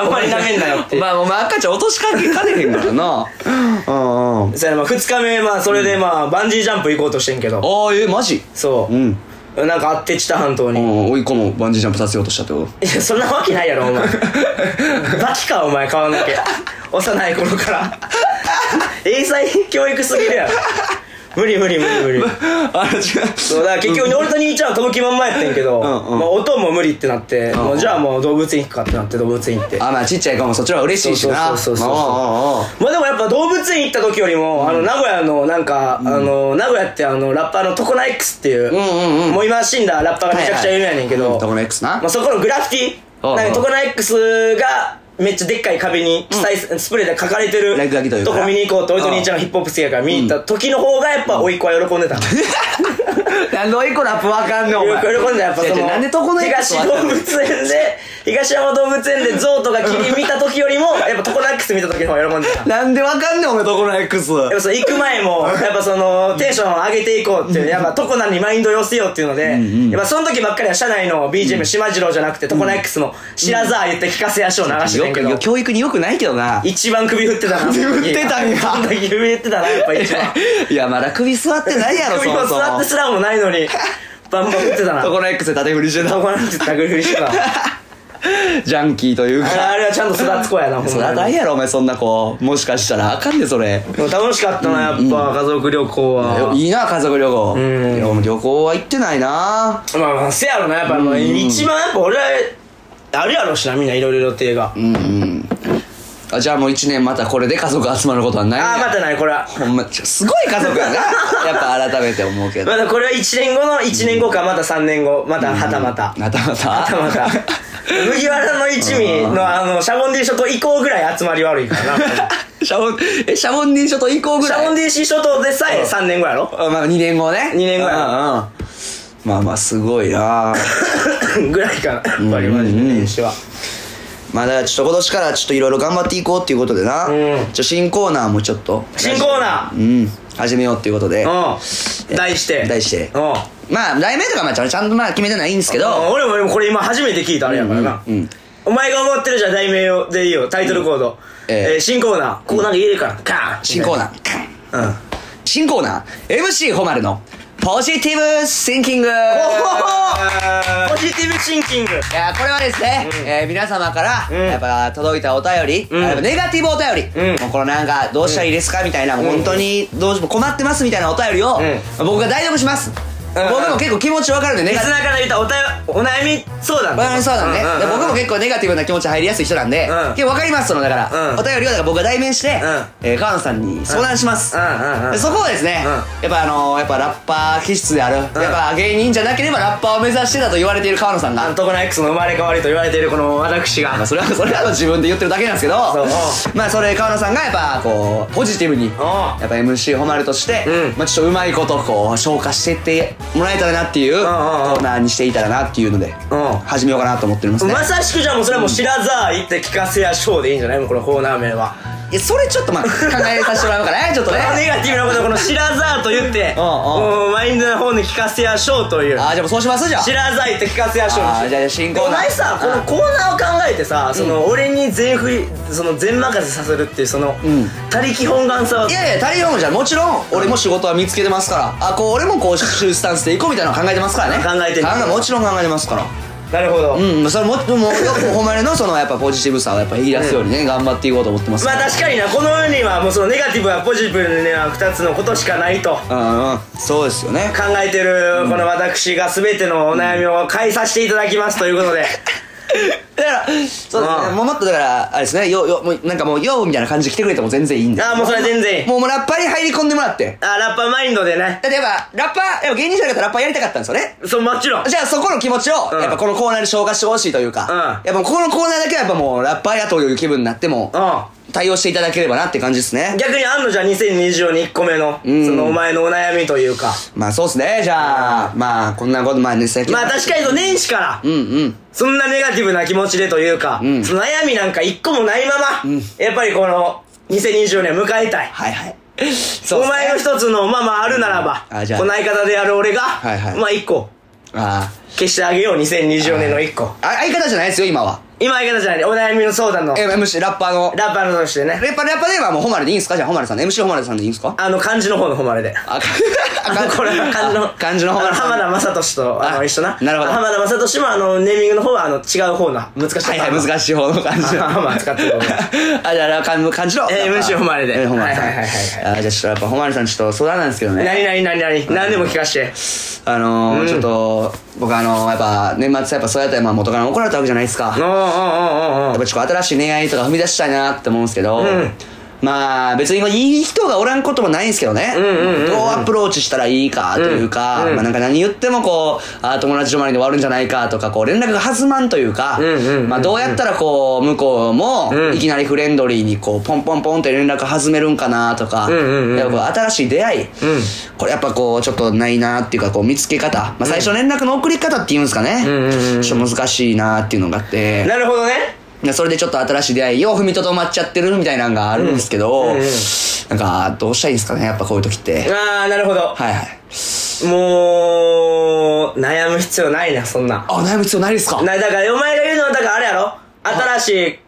S2: あんまり舐めんなよっていう。
S1: まあお前赤ちゃん落としかけかねへんからなうんうん
S2: そやなまあ二日目まあそれでまあバンジージャンプ行こうとしてんけど
S1: ああえマジ
S2: そ
S1: うん
S2: うなんかあって知多半島に
S1: うん、おいっ子もバンジージャンプさせようとしたってこと
S2: いやそんなわけないや ろお前バキかお前買わなきゃ幼い頃から英才教育すぎるやろ無理無理無理無理
S1: あれ違う
S2: そうだから結局俺と兄ちゃんは飛ぶ気まんまやってんけど
S1: うんうん
S2: まあ音も無理ってなって
S1: ん
S2: もうじゃあもう動物園行くかってなって動物園行って
S1: あまあちっちゃい子もそっちの方が嬉しいしな
S2: そうそうそうそう
S1: あ
S2: まあでもやっぱ動物園行った時よりも、あの名古屋のなんか、あの名古屋ってあのラッパーのトコナ X っていう,、
S1: んうんうん
S2: もう今死んだラッパーがめちゃくちゃ有名やねんけど、
S1: あああどこの X な
S2: まあ、そこのグラフィテ
S1: ああ
S2: ィなんかトコナ X がめっちゃでっかい壁に記載、スプレーで書かれてる
S1: 落書きというか
S2: とこ見に行こうと俺と兄ちゃんがヒップホップ好きやから見に行った時の方がやっぱ甥いっ子は喜ん でた、
S1: なんでおいっ子ラップわかんねんお前
S2: 喜んだやっぱそ
S1: いや
S2: の
S1: なんで床の X
S2: 東動物園で東山動物園でゾウとかキリン見た時よりもやっぱトコナ X 見た時の方が喜んでた
S1: なんでわかんねんお前床の X
S2: やっぱその行く前も、やっぱその、テンションを上げていこうっていう、やっぱトコナにマインドを寄せようっていうので、やっぱその時ばっかりは社内の BGM 島次郎じゃなくて、トコナ X の知らざー言って聞かせ足を流して
S1: よ
S2: ん
S1: く
S2: け
S1: よ
S2: ど、
S1: 教育によくないけどな
S2: 一番首振ってたな。
S1: 首振ってたんや
S2: あの時首振ってたな、やっぱ一番。
S1: いやまだ首座ってないやろそ
S2: 首
S1: も
S2: を
S1: そ
S2: 座っ
S1: も
S2: てすらもないのに、バンバン振ってたな。
S1: 床の X で縦振りしてた
S2: トコナ X って殴り振りしてた。
S1: ジャンキーという
S2: あれ
S1: か
S2: あれはちゃんと育つ子やなほんまに
S1: そらないやろお前そんな子もしかしたらあかんでそれ
S2: でも楽しかったなやっぱ家族旅行は、
S1: いいな家族旅行
S2: うん
S1: いや俺も旅行は行ってないな
S2: まあまあせやろなやっぱ、まあ一番やっぱ俺はあるやろしなみんないろいろ予定が、
S1: うんうんあじゃあもう1年またこれで家族集まることはないんや
S2: ああまたないこれは
S1: ほんまちょすごい家族 やなやっぱ改めて思うけど
S2: まだこれは1年後の1年後かまた3年後またはたまた、
S1: またまた
S2: はた また麦わらの一味のあのシャボンディ諸島以降ぐらい集まり悪いからな
S1: シャボンえシャボンディ諸島行こうぐ
S2: シ
S1: らい
S2: ャボンディ諸島でさえ3年後 やろ
S1: あまあ2年後ね
S2: 2年後やな
S1: うんうんまあまあすごいな
S2: ぐらいかなやっぱりマジで年始は
S1: まあだからちょっと今年からちょっといろいろ頑張っていこうっていうことでな、
S2: うん
S1: ちょ新コーナーもちょっと
S2: 新コーナ
S1: うん始めようっていうことで
S2: ーうん題して
S1: 題して
S2: うん
S1: まあ題名とかまあちゃんちゃんとまあ決めてないんですけ
S2: うん
S1: ど
S2: 俺も俺もこれ今初めて聞いたあれやからな、
S1: うんうん
S2: お前が思ってるじゃあ題名をでいいよタイトルコード、
S1: え
S2: え
S1: え
S2: ー新コーナーここなんか入れるからカーン
S1: 新コーナー
S2: ーうん
S1: 新コーナー MC ホマルのポジティブシンキング
S2: おおポジティブシンキング
S1: いやこれはですね、えー皆様から、
S2: ん
S1: やっぱ届いたお便り、
S2: ん
S1: やっぱネガティブお便り、
S2: うん
S1: もうこのなんかどうしたらいいですかみたいな、もう本当にどうし困ってますみたいなお便りを、
S2: う
S1: 僕が代読します、
S2: ん
S1: 僕も結構気持ちわかるんでネ
S2: リ
S1: ガ
S2: ス
S1: ティ
S2: ナーから言ったおたよお悩み相談
S1: わかりそうなんね、
S2: んんん
S1: で僕も結構ネガティブな気持ち入りやすい人なんで、
S2: うん
S1: 結構わかりますそのだから、
S2: うん
S1: お便りをだから僕が代弁して、
S2: ん
S1: えー川野さんに相談します、
S2: うんうんうん
S1: でそこをですね、
S2: うん
S1: やっぱあのーやっぱラッパー気質である、やっぱ芸人じゃなければラッパーを目指してたと言われている川野さんが、
S2: なんとこの X の生まれ変わりと言われているこの私が
S1: まあ、それは それは自分で言ってるだけなんですけど
S2: そう
S1: まあそれ川野さんがやっぱこうポジティブに
S2: お
S1: やっぱ MC ホマルとして、
S2: うん
S1: まあ、ちょっとうまいことこう消化してってもらえたらなっていうコ
S2: んうんうん
S1: ーナーにしていたらなっていうので
S2: うん
S1: 始めようかなと思っておりますね
S2: まさしくじゃあもうそれはもう知らざあ言って聞かせやショーでいいんじゃないもうこのコーナー名はい
S1: やそれちょっとまあ考えさせてもらおうか なちょっとね
S2: ネガティブなことをこの知らざあと言って
S1: うんうん
S2: もうマインドの方に聞かせやショーという
S1: ああじゃあもうそうしますじゃあ
S2: 知らざあ言って聞かせやショー
S1: あーじゃあ新コーナー
S2: お前さこのコーナーを考えてさその俺に全振りその全任せさせるっていうその
S1: ん
S2: 他力本願さはい
S1: やいや太陽もじゃんもちろん俺も仕事は見つけてますからあこう俺もこういうスタンスでいこうみたいなの考えてますからね
S2: 考えてる
S1: 考もちろん考えてますから
S2: なるほど
S1: うんそれももうよくほんまにのそのやっぱポジティブさをやっぱ言い出すようにね、頑張っていこうと思ってます
S2: まあ確かになこの世にはもうそのネガティブやポジティブな2つのことしかないと
S1: うんうんそうですよね
S2: 考えてるこの私が全てのお悩みを解させていただきますということで
S1: だからそうですね
S2: うん
S1: もうもっとだからあれですねよよもうなんかもうようみたいな感じで来てくれても全然いいんで
S2: ああもうそれは全然いい
S1: もうもうラッパーに入り込んでもらって
S2: あーラッパーマインドでね
S1: 例えばラッパーでも芸人じゃなかったらラッパーやりたかったんですよね
S2: そうもちろん
S1: じゃあそこの気持ちを、
S2: うん
S1: やっぱこのコーナーで消化してほしいというか、やっぱここのコーナーだけはやっぱもうラッパーやという気分になっても、
S2: う
S1: 対応していただければなって感じですね
S2: ん逆にあんのじゃあ2024に1個目のそ
S1: ん
S2: のお前のお悩みというか
S1: まあそうっすねじゃあまあこんなことまあね最近
S2: まあ確かにそう年始から
S1: うんうん
S2: そんなネガティブな気持ちでというか、
S1: ん
S2: その悩みなんか1個もないまま、やっぱりこの2024年を迎えたい
S1: はいはいそ
S2: お
S1: っすね
S2: 前の一つのまあまああるならば、
S1: あじゃあ
S2: この相方である俺が、
S1: いはい
S2: まあ一個
S1: あ
S2: 消してあげよう2024年の一個
S1: ああ相方じゃないですよ今は
S2: 今相方じゃないお悩みの相談の
S1: え MC ラッパーの
S2: ラッパーのとしてね
S1: ラッパーラッパーではもうホマルでいいんすかじゃあホマルさんの MC ホマルさんでいいんすか
S2: あの漢字の方の誉れで
S1: あ
S2: あのこれは漢字の
S1: あ漢字のホマ
S2: あ
S1: ルさん
S2: 浜田雅俊とあの
S1: あ
S2: 一緒な
S1: なるほど
S2: 浜田雅俊もあのネーミングの方はあの違う方の難しい
S1: はいはい難しい方の感じの
S2: あまあ使ってる
S1: あじゃあ漢漢字の
S2: えー MC ホマルで
S1: えーホマルさん
S2: はいはいはいは
S1: あじゃあちょっとやっぱホマルさんちょっと相談なんですけどね
S2: 何何何何何でも聞かして
S1: あのー
S2: うん
S1: ちょっと僕あのーやっぱ年末やっぱそうやったらまあ元から怒られたわけじゃないですか、
S2: うん
S1: や
S2: うんうんうんう
S1: っ
S2: ん
S1: ぱちょっと新しい恋愛とか踏み出したいなって思うんですけど、
S2: ん
S1: まあ別にこういい人がおらんこともないんですけどね、
S2: んうんうんうん
S1: どうアプローチしたらいいかというか、
S2: うんうん
S1: まあ、なんか何言ってもこうあー友達止まりで終わるんじゃないかとかこう連絡が弾まんというか、
S2: んうんうんうん
S1: まあ、どうやったらこう向こうも
S2: うん
S1: いきなりフレンドリーにこうポンポンポンって連絡弾めるんかなとか、
S2: んうんうん
S1: やっぱ新しい出会い、これやっぱこうちょっとないなっていうかこう見つけ方、まあ、最初連絡の送り方っていうんですかね、
S2: んうんうん
S1: ちょっと難しいなっていうのがあって
S2: なるほどね
S1: でそれでちょっと新しい出会いを踏みとどまっちゃってるみたいなのがあるんですけど、
S2: うんうんうん
S1: なんかどうしたらいいんですかねやっぱこういう時って、
S2: ああなるほど
S1: はいはい
S2: もう悩む必要ないなそんな
S1: あ悩む必要ないですか
S2: なだからお前が言うのはだからあれやろ新しい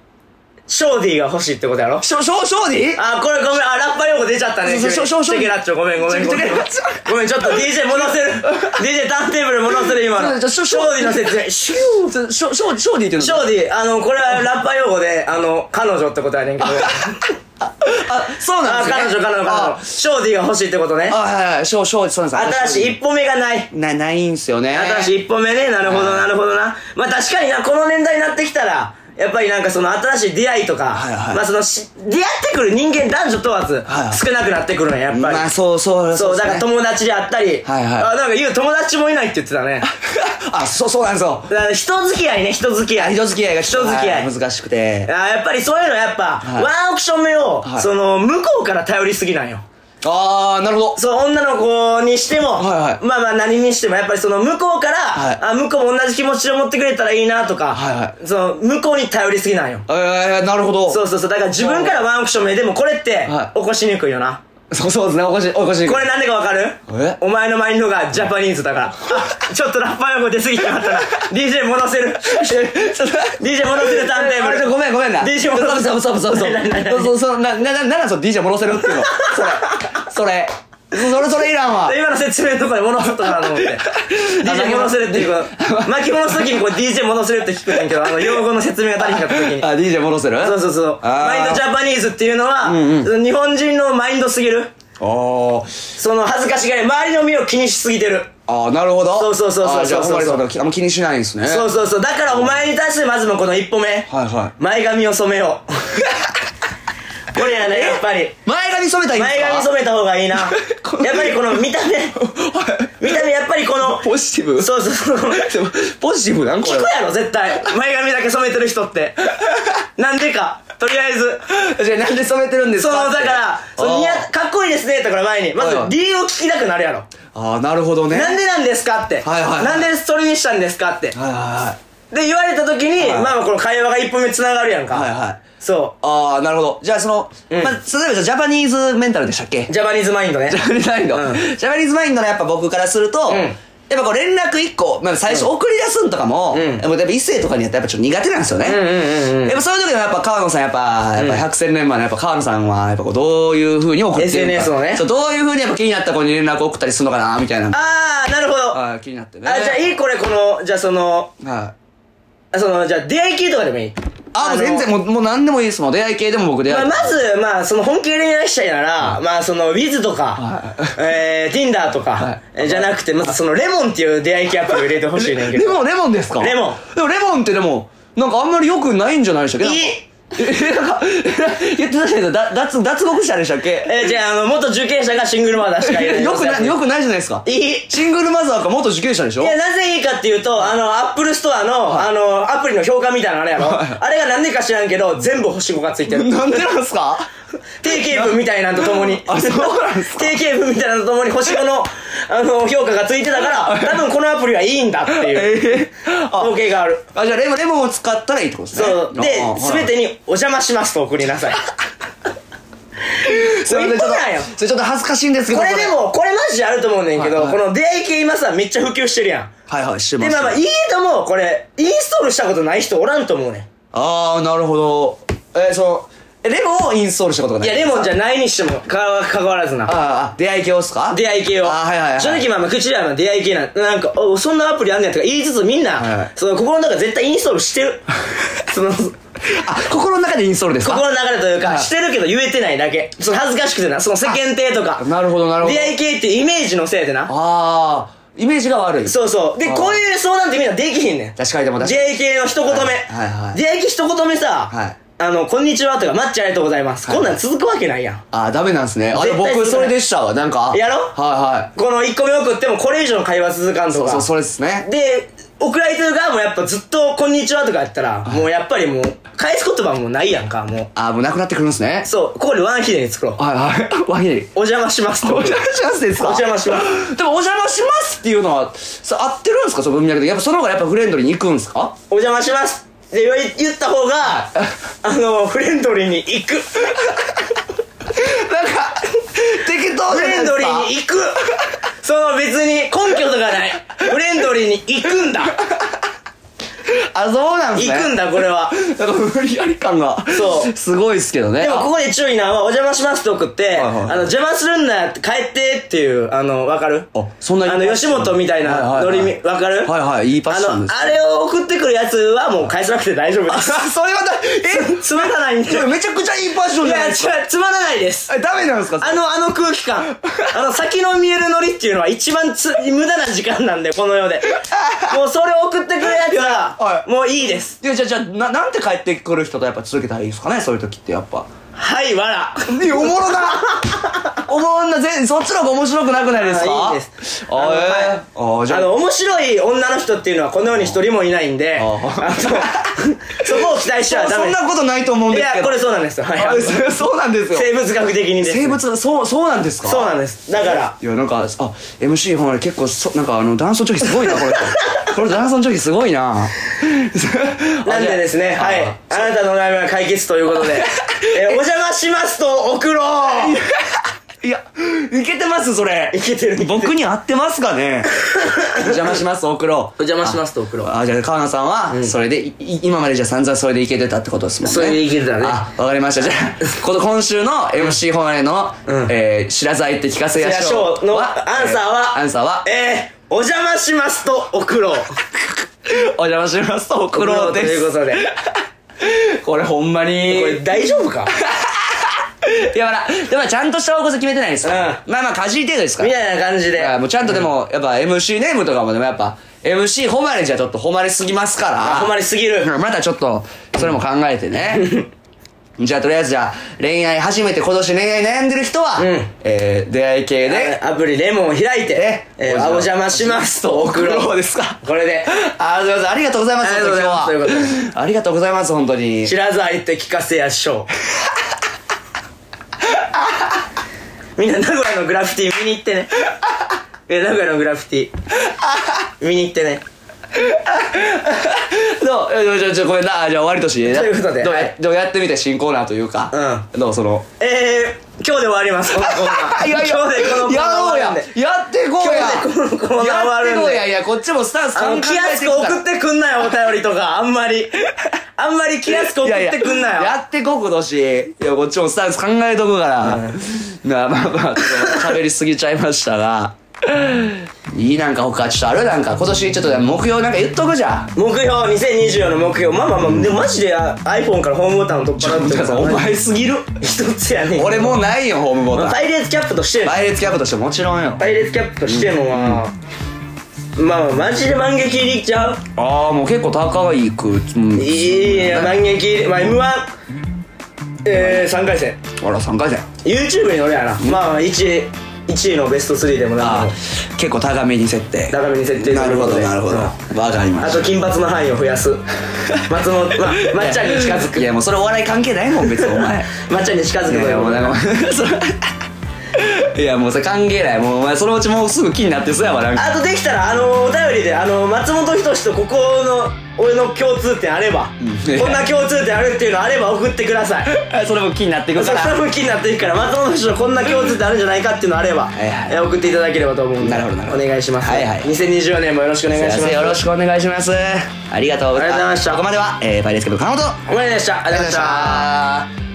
S2: ショーディーが欲しいってことやろ
S1: しょ、しょ、しょうに
S2: あ、これごめん、あ、ラッパ用語出ちゃったね。
S1: そうそう
S2: 急に
S1: そうそう
S2: チェケラッチョ、ごめん、ごめん、ごめん
S1: チェケラッチ。
S2: ごめん、ちょっと DJ 戻 せる。DJ ターンテーブル戻せる、今の。
S1: ちょち
S2: ショ
S1: ょ
S2: ーディーの説明。シュー
S1: しょ、しょ、しょ、しょうにって言う
S2: シ
S1: の
S2: ョーディー、あの、これはラッパ用語で、あの、彼女ってことや ねんけど。
S1: あ、そうな
S2: あ
S1: ん、ですね
S2: 彼女、彼女、彼
S1: あ
S2: 女。ショーディーが欲しいってことね
S1: あ、。はいはい、しょ、しょ、そうなんです
S2: 新しい一歩目がない。
S1: い。な、ないんすよね。
S2: 新しい一歩目ね。なるほど、なるほどな。まあ確かにな、この年代になってきたら、やっぱりなんかその新しい出会いとか、
S1: はいはい
S2: まあそのし、出会ってくる人間男女問わず、
S1: はいはい
S2: 少なくなってくるのや、やっぱり。
S1: まあ、そうそう、っ
S2: そう、だ
S1: す
S2: から
S1: ね
S2: 友達であったり、
S1: はいはい
S2: あなんか言う友達もいないって言ってたね。
S1: あ、そう、そうなんですよ。
S2: だから人付き合いね、人付き合い。
S1: 人付き合いが
S2: 人付き合い。
S1: は難しくて
S2: あ。やっぱりそういうのやっぱ、
S1: はい
S2: ワンオクション目を、
S1: はい
S2: その、向こうから頼りすぎなんよ。
S1: あー、なるほど。
S2: そう、女の子にしても、
S1: はいはい
S2: まあまあ何にしても、やっぱりその向こうから、
S1: はい
S2: あ向こうも同じ気持ちを持ってくれたらいいなとか、
S1: はいは
S2: その向こうに頼りすぎなんよ。
S1: えー、なるほど。
S2: そうそうそう、だから自分からワンオクション目でもこれって、
S1: は
S2: 起こしにくいよな。
S1: そうそうですね、おかしい、おかしい。
S2: これなんでかわかる
S1: え
S2: お前のマインドがジャパニーズ だから。あちょっとラッパー横出過ぎてなかったな。DJ 戻せる。
S1: ちょっと
S2: DJ 戻せるターンテーブ
S1: あちょ
S2: ル。
S1: ごめんごめんな。
S2: DJ 戻せる。
S1: そうそうそうそう。
S2: 何何
S1: そう
S2: 何
S1: そうそう。な、な、な、なんそう DJ 戻せるっていうの。それ。それ。そそれそれいらんわ。
S2: 今の説明のとこで戻そうとかなと思って。DJ 戻せるっていうこと。巻き戻すときにこう DJ 戻せるって聞くねんけど、あの、用語の説明が足りなかったときに。
S1: あ、DJ 戻せる
S2: そうそうそう。
S1: あー
S2: マインドジャパニーズっていうのは、日本人のマインドすぎる。
S1: あ
S2: その恥ずかしがり、周りの目を気にしすぎてる。
S1: あ。あーなるほど。
S2: そうそうそうそう
S1: あーじゃあ、
S2: そう
S1: ほん
S2: そう
S1: まに
S2: そう
S1: そのきあんま気にしないんですね。。
S2: そううそうそう。だからお前に対してまずのこの一歩目。
S1: はいはい。
S2: 前髪を染めようこれやねやっぱり
S1: 前髪染めたらいいんです
S2: 前
S1: か
S2: 髪染めた方がいいなやっ
S1: この
S2: ぱりこの見た目 見た目やっぱりこの
S1: ポジティブ
S2: そうそうそう聞
S1: でもポジティブなんこれ
S2: く。やろ絶対前髪だけ染めてる人ってなんでかとりあえず
S1: じゃあなんで染めてるんです
S2: そ
S1: か
S2: のだからその似合かっこいいですねとかの前にまず
S1: はいはい
S2: 理由を聞きたくなるやろ
S1: あーあー、なるほどね。
S2: なんでなんですかって
S1: はいはいはい
S2: なんでそれにしたんですかってで
S1: はいはいはい。
S2: 言われた時に
S1: はい
S2: まあまあこの会話が一歩目つながるやんか
S1: はいはい
S2: そ
S1: ああ、なるほど。じゃあ、その、
S2: ん
S1: まあ、例えばじゃあジャパニーズメンタルでしたっけ
S2: うジャパニーズマインドね
S1: ジャパニーズマインド。
S2: うん
S1: ジャパニーズマインドのやっぱ僕からすると、
S2: ん
S1: やっぱこう連絡一個、まあ、最初送り出すんとかも、
S2: ん
S1: やっぱやっぱ異性とかにやったらやっぱちょっと苦手なんですよね。
S2: うんうんうん
S1: やっぱそういう時のやっぱ川野さんやっぱ、やっぱ百戦錬磨のやっぱ川野さんは、やっぱこうどういう風に送ってるのか
S2: SNS をね
S1: そう、どういう風にやっぱ気になった子に連絡送ったりするのかな、みたいな。
S2: ああなるほどあ
S1: あー気になってね。
S2: じゃあいいこれこのじゃあその
S1: はい。
S2: あそのじゃあ出会い系とかでもいい
S1: あ、もう
S2: の
S1: 全然、もう、もう何でもいいですもん。出会い系でも僕出
S2: ま
S1: 会
S2: あ、
S1: い。
S2: まず、まあ、その本気で恋愛したいなら、まあ、その、ウィズとか
S1: は、
S2: えー、Tinder と
S1: は
S2: か
S1: い、
S2: えーじゃなくて、まずその、レモンっていう出会い系アプリを入れてほしいねんけ
S1: レ
S2: ど。
S1: モン、レモンですか
S2: レモン。
S1: でもレモンってでも、なんかあんまり良くないんじゃないでしたっけ
S2: いい
S1: え、なんか、え言ってたじゃないですか。だ脱、脱獄者でしたっけ
S2: えー、じゃあ、あの、元受刑者がシングルマザーしかいない。
S1: 良くない、良くないじゃないですか。
S2: いい
S1: シングルマザーか元受刑者でしょ
S2: いや、なぜいいかっていうと、あの、アップルストアの、あの、アプリの評価みたいなのあれやろ。あれが何でか知らんけど、全部星5がついてる。
S1: なんでなんですか
S2: 定型文みたいなんとともに。
S1: あそうなんですか
S2: 定型文みたいなんとともに星5の、あの、評価がついてたから、多分このアプリはいいんだっていう、
S1: えー、
S2: 統
S1: あ、
S2: 計がある。
S1: あ、じゃあレモン、レモンを使ったらいいってことですね。
S2: そう。で
S1: あ、
S2: すべ。てにお邪魔しますと送り なさい。
S1: すいません、ちょ
S2: 一歩
S1: っ
S2: なんよ
S1: と、それちょっと恥ずかしいんですけど。
S2: これで。も、これマジであると思うねんけど、
S1: はいはい
S2: この出会い系今さ、めっちゃ普及してるやん。
S1: はいはい、してま
S2: で、
S1: す。
S2: まあまあ、いいとも、これ、インストールしたことない人おらんと思うね
S1: あー、なるほど。えー、その、え、レモンをインストールしたことが
S2: ん。
S1: ないい
S2: や、レモンじゃないにしても、かわかわらずな。
S1: あーあ、出会い系をっすか
S2: 出会い系を。
S1: あーはいはいはい
S2: 正直まあまあ、口ではまあ出会い系なん、なんか、おそんなアプリあんねんとか言いつつみんな、
S1: はいはい
S2: その心の中絶対インストールし てる。その、
S1: あ、心の中でインストールですか
S2: 心の中でという
S1: は
S2: か、
S1: い
S2: してるけど言えてないだけ。その恥ずかしくてな、その世間体とか。
S1: なるほどなるほど
S2: 出会い系っていうイメージのせいでな。
S1: ああ、イメージが悪い。
S2: そうそう。で、
S1: あー
S2: こういう相談ってみんなできひんねん。
S1: 確かにでも確かに。
S2: 出会い系の一言目。
S1: はいはいはい
S2: 出会い系一言目さ、
S1: はい
S2: あの、こんにちはとか、マッチありがとうございます。
S1: い
S2: こんなん続くわけないやん。
S1: ああ、ダメなんですね。あ、でも
S2: 絶対
S1: 僕それでしたわ。なんか。
S2: やろ
S1: は
S2: この一個目送ってもこれ以上の会話続かん
S1: い
S2: と
S1: はい。
S2: か。
S1: そう、それですね。
S2: で、送られてる側もやっぱずっとこんにちはとかやったら、もうやっぱりもう、返す言葉もないやんか、も
S1: ああ、もうなくなってくるんですね
S2: う。。そう、ここでワンヒデに作ろう。
S1: はいはい。ワヒリ。
S2: お邪魔しますと。
S1: お邪魔しますですか
S2: お邪魔します。
S1: でも、お邪魔しますっていうのは、さ、合ってるんですかその文脈で。やっぱその方がやっぱフレンドリーに行くんですか
S2: お邪魔しますって言わ言った方 が、あの、フレンドリーに行く。
S1: なんか、適当
S2: フ
S1: じゃな
S2: レ
S1: い
S2: ン
S1: ですか
S2: ドリーに行くその別に根拠とかない。フレンドリーに行くんだ。
S1: あそうなんすね
S2: 行くんだこれは
S1: なんか無理やり感が
S2: そう
S1: すごいっすけどね
S2: でもここで注意なのは、お邪魔しますって送って、
S1: はいはい
S2: あの、邪魔するんなって帰ってっていう、あの、わかる
S1: あそんな
S2: あの、吉本みたいなノリみ、わかる
S1: はいはいいいパッション
S2: あ
S1: で
S2: の、
S1: す
S2: あれを送ってくるやつはもう返さなくて大丈夫 です。
S1: それはだえ
S2: つまらないんで。い
S1: それめちゃくちゃいいパッションじゃな
S2: や、
S1: い
S2: 違
S1: で
S2: う
S1: すか、
S2: つまらないです。
S1: えダメなんですか
S2: あの、あの空気感。あの、先の見えるノリっていうのは一番つ、無駄な時間なんで、この 世で。もうそれを送ってくるやつは
S1: は、い
S2: もういいです。
S1: いやじゃあじゃあななんて帰ってくる人とやっぱ続けたらいいですかねそういう時ってやっぱ
S2: はい、わら。
S1: いやおもろな おもろなぜそっちの方が面白くなくないですか
S2: あいいです。
S1: あ
S2: の
S1: えー
S2: はい
S1: あじゃ
S2: あ
S1: あ
S2: の、面白い女の人っていうのはこの世に一人もいないんで、あ
S1: あ
S2: の、 そこを期待しちゃ
S1: そ
S2: ダ
S1: そ
S2: メ
S1: ん
S2: です
S1: なことないと思うん
S2: い
S1: ですけ
S2: や、
S1: ど
S2: これそうなんですよ。はい。あ
S1: あ
S2: の
S1: そ そうなんですよ
S2: 生物学的にです。
S1: 生物がそうそうなんですか
S2: そうなんです。だから、
S1: いやなんかあ MC ほんまに結構そなんかあの男装の時すごいな これこれ男装の時すごいな
S2: なんでですね、はい。あなたのお悩みは解決ということで、 えーお邪魔しますと送ろう
S1: いやいけてますそれ
S2: いけてる。
S1: 僕に合ってますかね お邪魔します大黒お
S2: お邪魔しますと送ろう
S1: あじゃあ川名さんはそれで、いい今までじゃあ散々それでいけてたってことですもんね
S2: それでいけてたね
S1: あわかりましたじゃ あこの今週の MC 本音の、
S2: うん
S1: えー知らざいって聞かせやしょう
S2: の
S1: は
S2: アンサーは、
S1: えーアンサーは
S2: えーお邪魔しますと送ろう。
S1: お邪魔しますと送ろうです
S2: ということで。
S1: これほんまに
S2: これ大丈夫か
S1: いやまだでもちゃんとした方向性決めてないですから、
S2: う
S1: まあまあかじり程度ですから
S2: みたいな感じ
S1: い
S2: で
S1: や。もうちゃんとでも、やっぱ MC ネームとかもでもやっぱ MC 誉れじゃちょっと誉れすぎますから
S2: 困りすぎる。
S1: またちょっとそれも考えて ねじゃあとりあえずじゃあ恋愛初めて今年恋愛悩んでる人は、
S2: ん
S1: えー出会い系で
S2: あアプリレモンを開いて
S1: え、
S2: えーあお邪魔しますと送ろ
S1: そう
S2: う。
S1: ですか
S2: これで、
S1: あーすいませんありがとうございます
S2: ありがとうございます
S1: 本当に今
S2: と
S1: 日はありがとうございます本当に
S2: 知らず相手聞かせやしょう。みんな名古屋のグラフィティ見に行ってね。みんな名古屋のグラフィティ。見に行ってね。
S1: どういやじゃあじゃあごめんなあじゃあ終わりとして
S2: ということで
S1: どうや,、
S2: はい
S1: どうやってみて新コーナーというかうんどうその
S2: えー、今日で終わります、このコーナ ー。
S1: いやいや
S2: 今日でこのコーナ
S1: や
S2: ー
S1: ろう
S2: 終わる
S1: や
S2: んで。
S1: やってこうや
S2: 今日でこのコーナー終わるん
S1: やっ
S2: で
S1: てこうやいやこっちもスタンス
S2: あ
S1: 考
S2: の、気
S1: え
S2: 安
S1: て
S2: く
S1: くから
S2: 送ってくんなよ、お便りとか。あんまり。あんまり気安く送ってく
S1: いや
S2: んなよ。
S1: いややってこ今年いやこっちもスタンス考えとくから、なあまあまあちょっと喋りすぎちゃいましたがいいなんか他ちょっとあるなんか今年ちょっと目標なんか言っとくじゃん
S2: 目標、2024の目標。まあまあまあ、でもマジであ iPhone からホームボタンを取っ払ってる
S1: お前すぎる
S2: 一つやねん
S1: 俺もうないよホームボ
S2: ま
S1: タ
S2: あ
S1: ン
S2: パイレーツキャップとして
S1: 倍率キャップとしてもちろんよ
S2: パイレーツキャップとしてもまあまあマジで万劇入りちゃう
S1: ああもう結構高いくうん
S2: いいや万劇入りまあ m 1えー、3回戦
S1: あら3回戦
S2: YouTube に俺やなまあ1位1位のベスト3でもな
S1: あ結構高めに設定
S2: 高めに設定する
S1: なるほどなるほどわかりま
S2: あ
S1: し
S2: と金髪の範囲を増やす松本まあまっちゃんに近づ
S1: たいやもうそれお笑い関係ないもん別にお前
S2: くまっちゃんに近づく
S1: いやい
S2: という
S1: やもうなんか それいやもうそれ関係ないもうお前そのうちもうすぐ気になってそうやわなんか
S2: あとできたらあのお便りであの松本人志とここの俺の共通点あれば、
S1: うん
S2: こんな共通点あるっていうのあれば送ってください
S1: それも気になっていく
S2: そ
S1: か
S2: れ多
S1: ら
S2: 分気になっていくから松本人志とこんな共通点あるんじゃないかっていうのあれば、
S1: いはい
S2: え送っていただければと思うんで
S1: なるほどなるほど
S2: お願いします、
S1: はいはい
S2: 2024年もよろしくお願いします
S1: よろしくお願いしますありがとうご
S2: ありがとうございました
S1: ここまでは、えー、バイレスケ部川本
S2: お前でしたありがとうございました
S1: た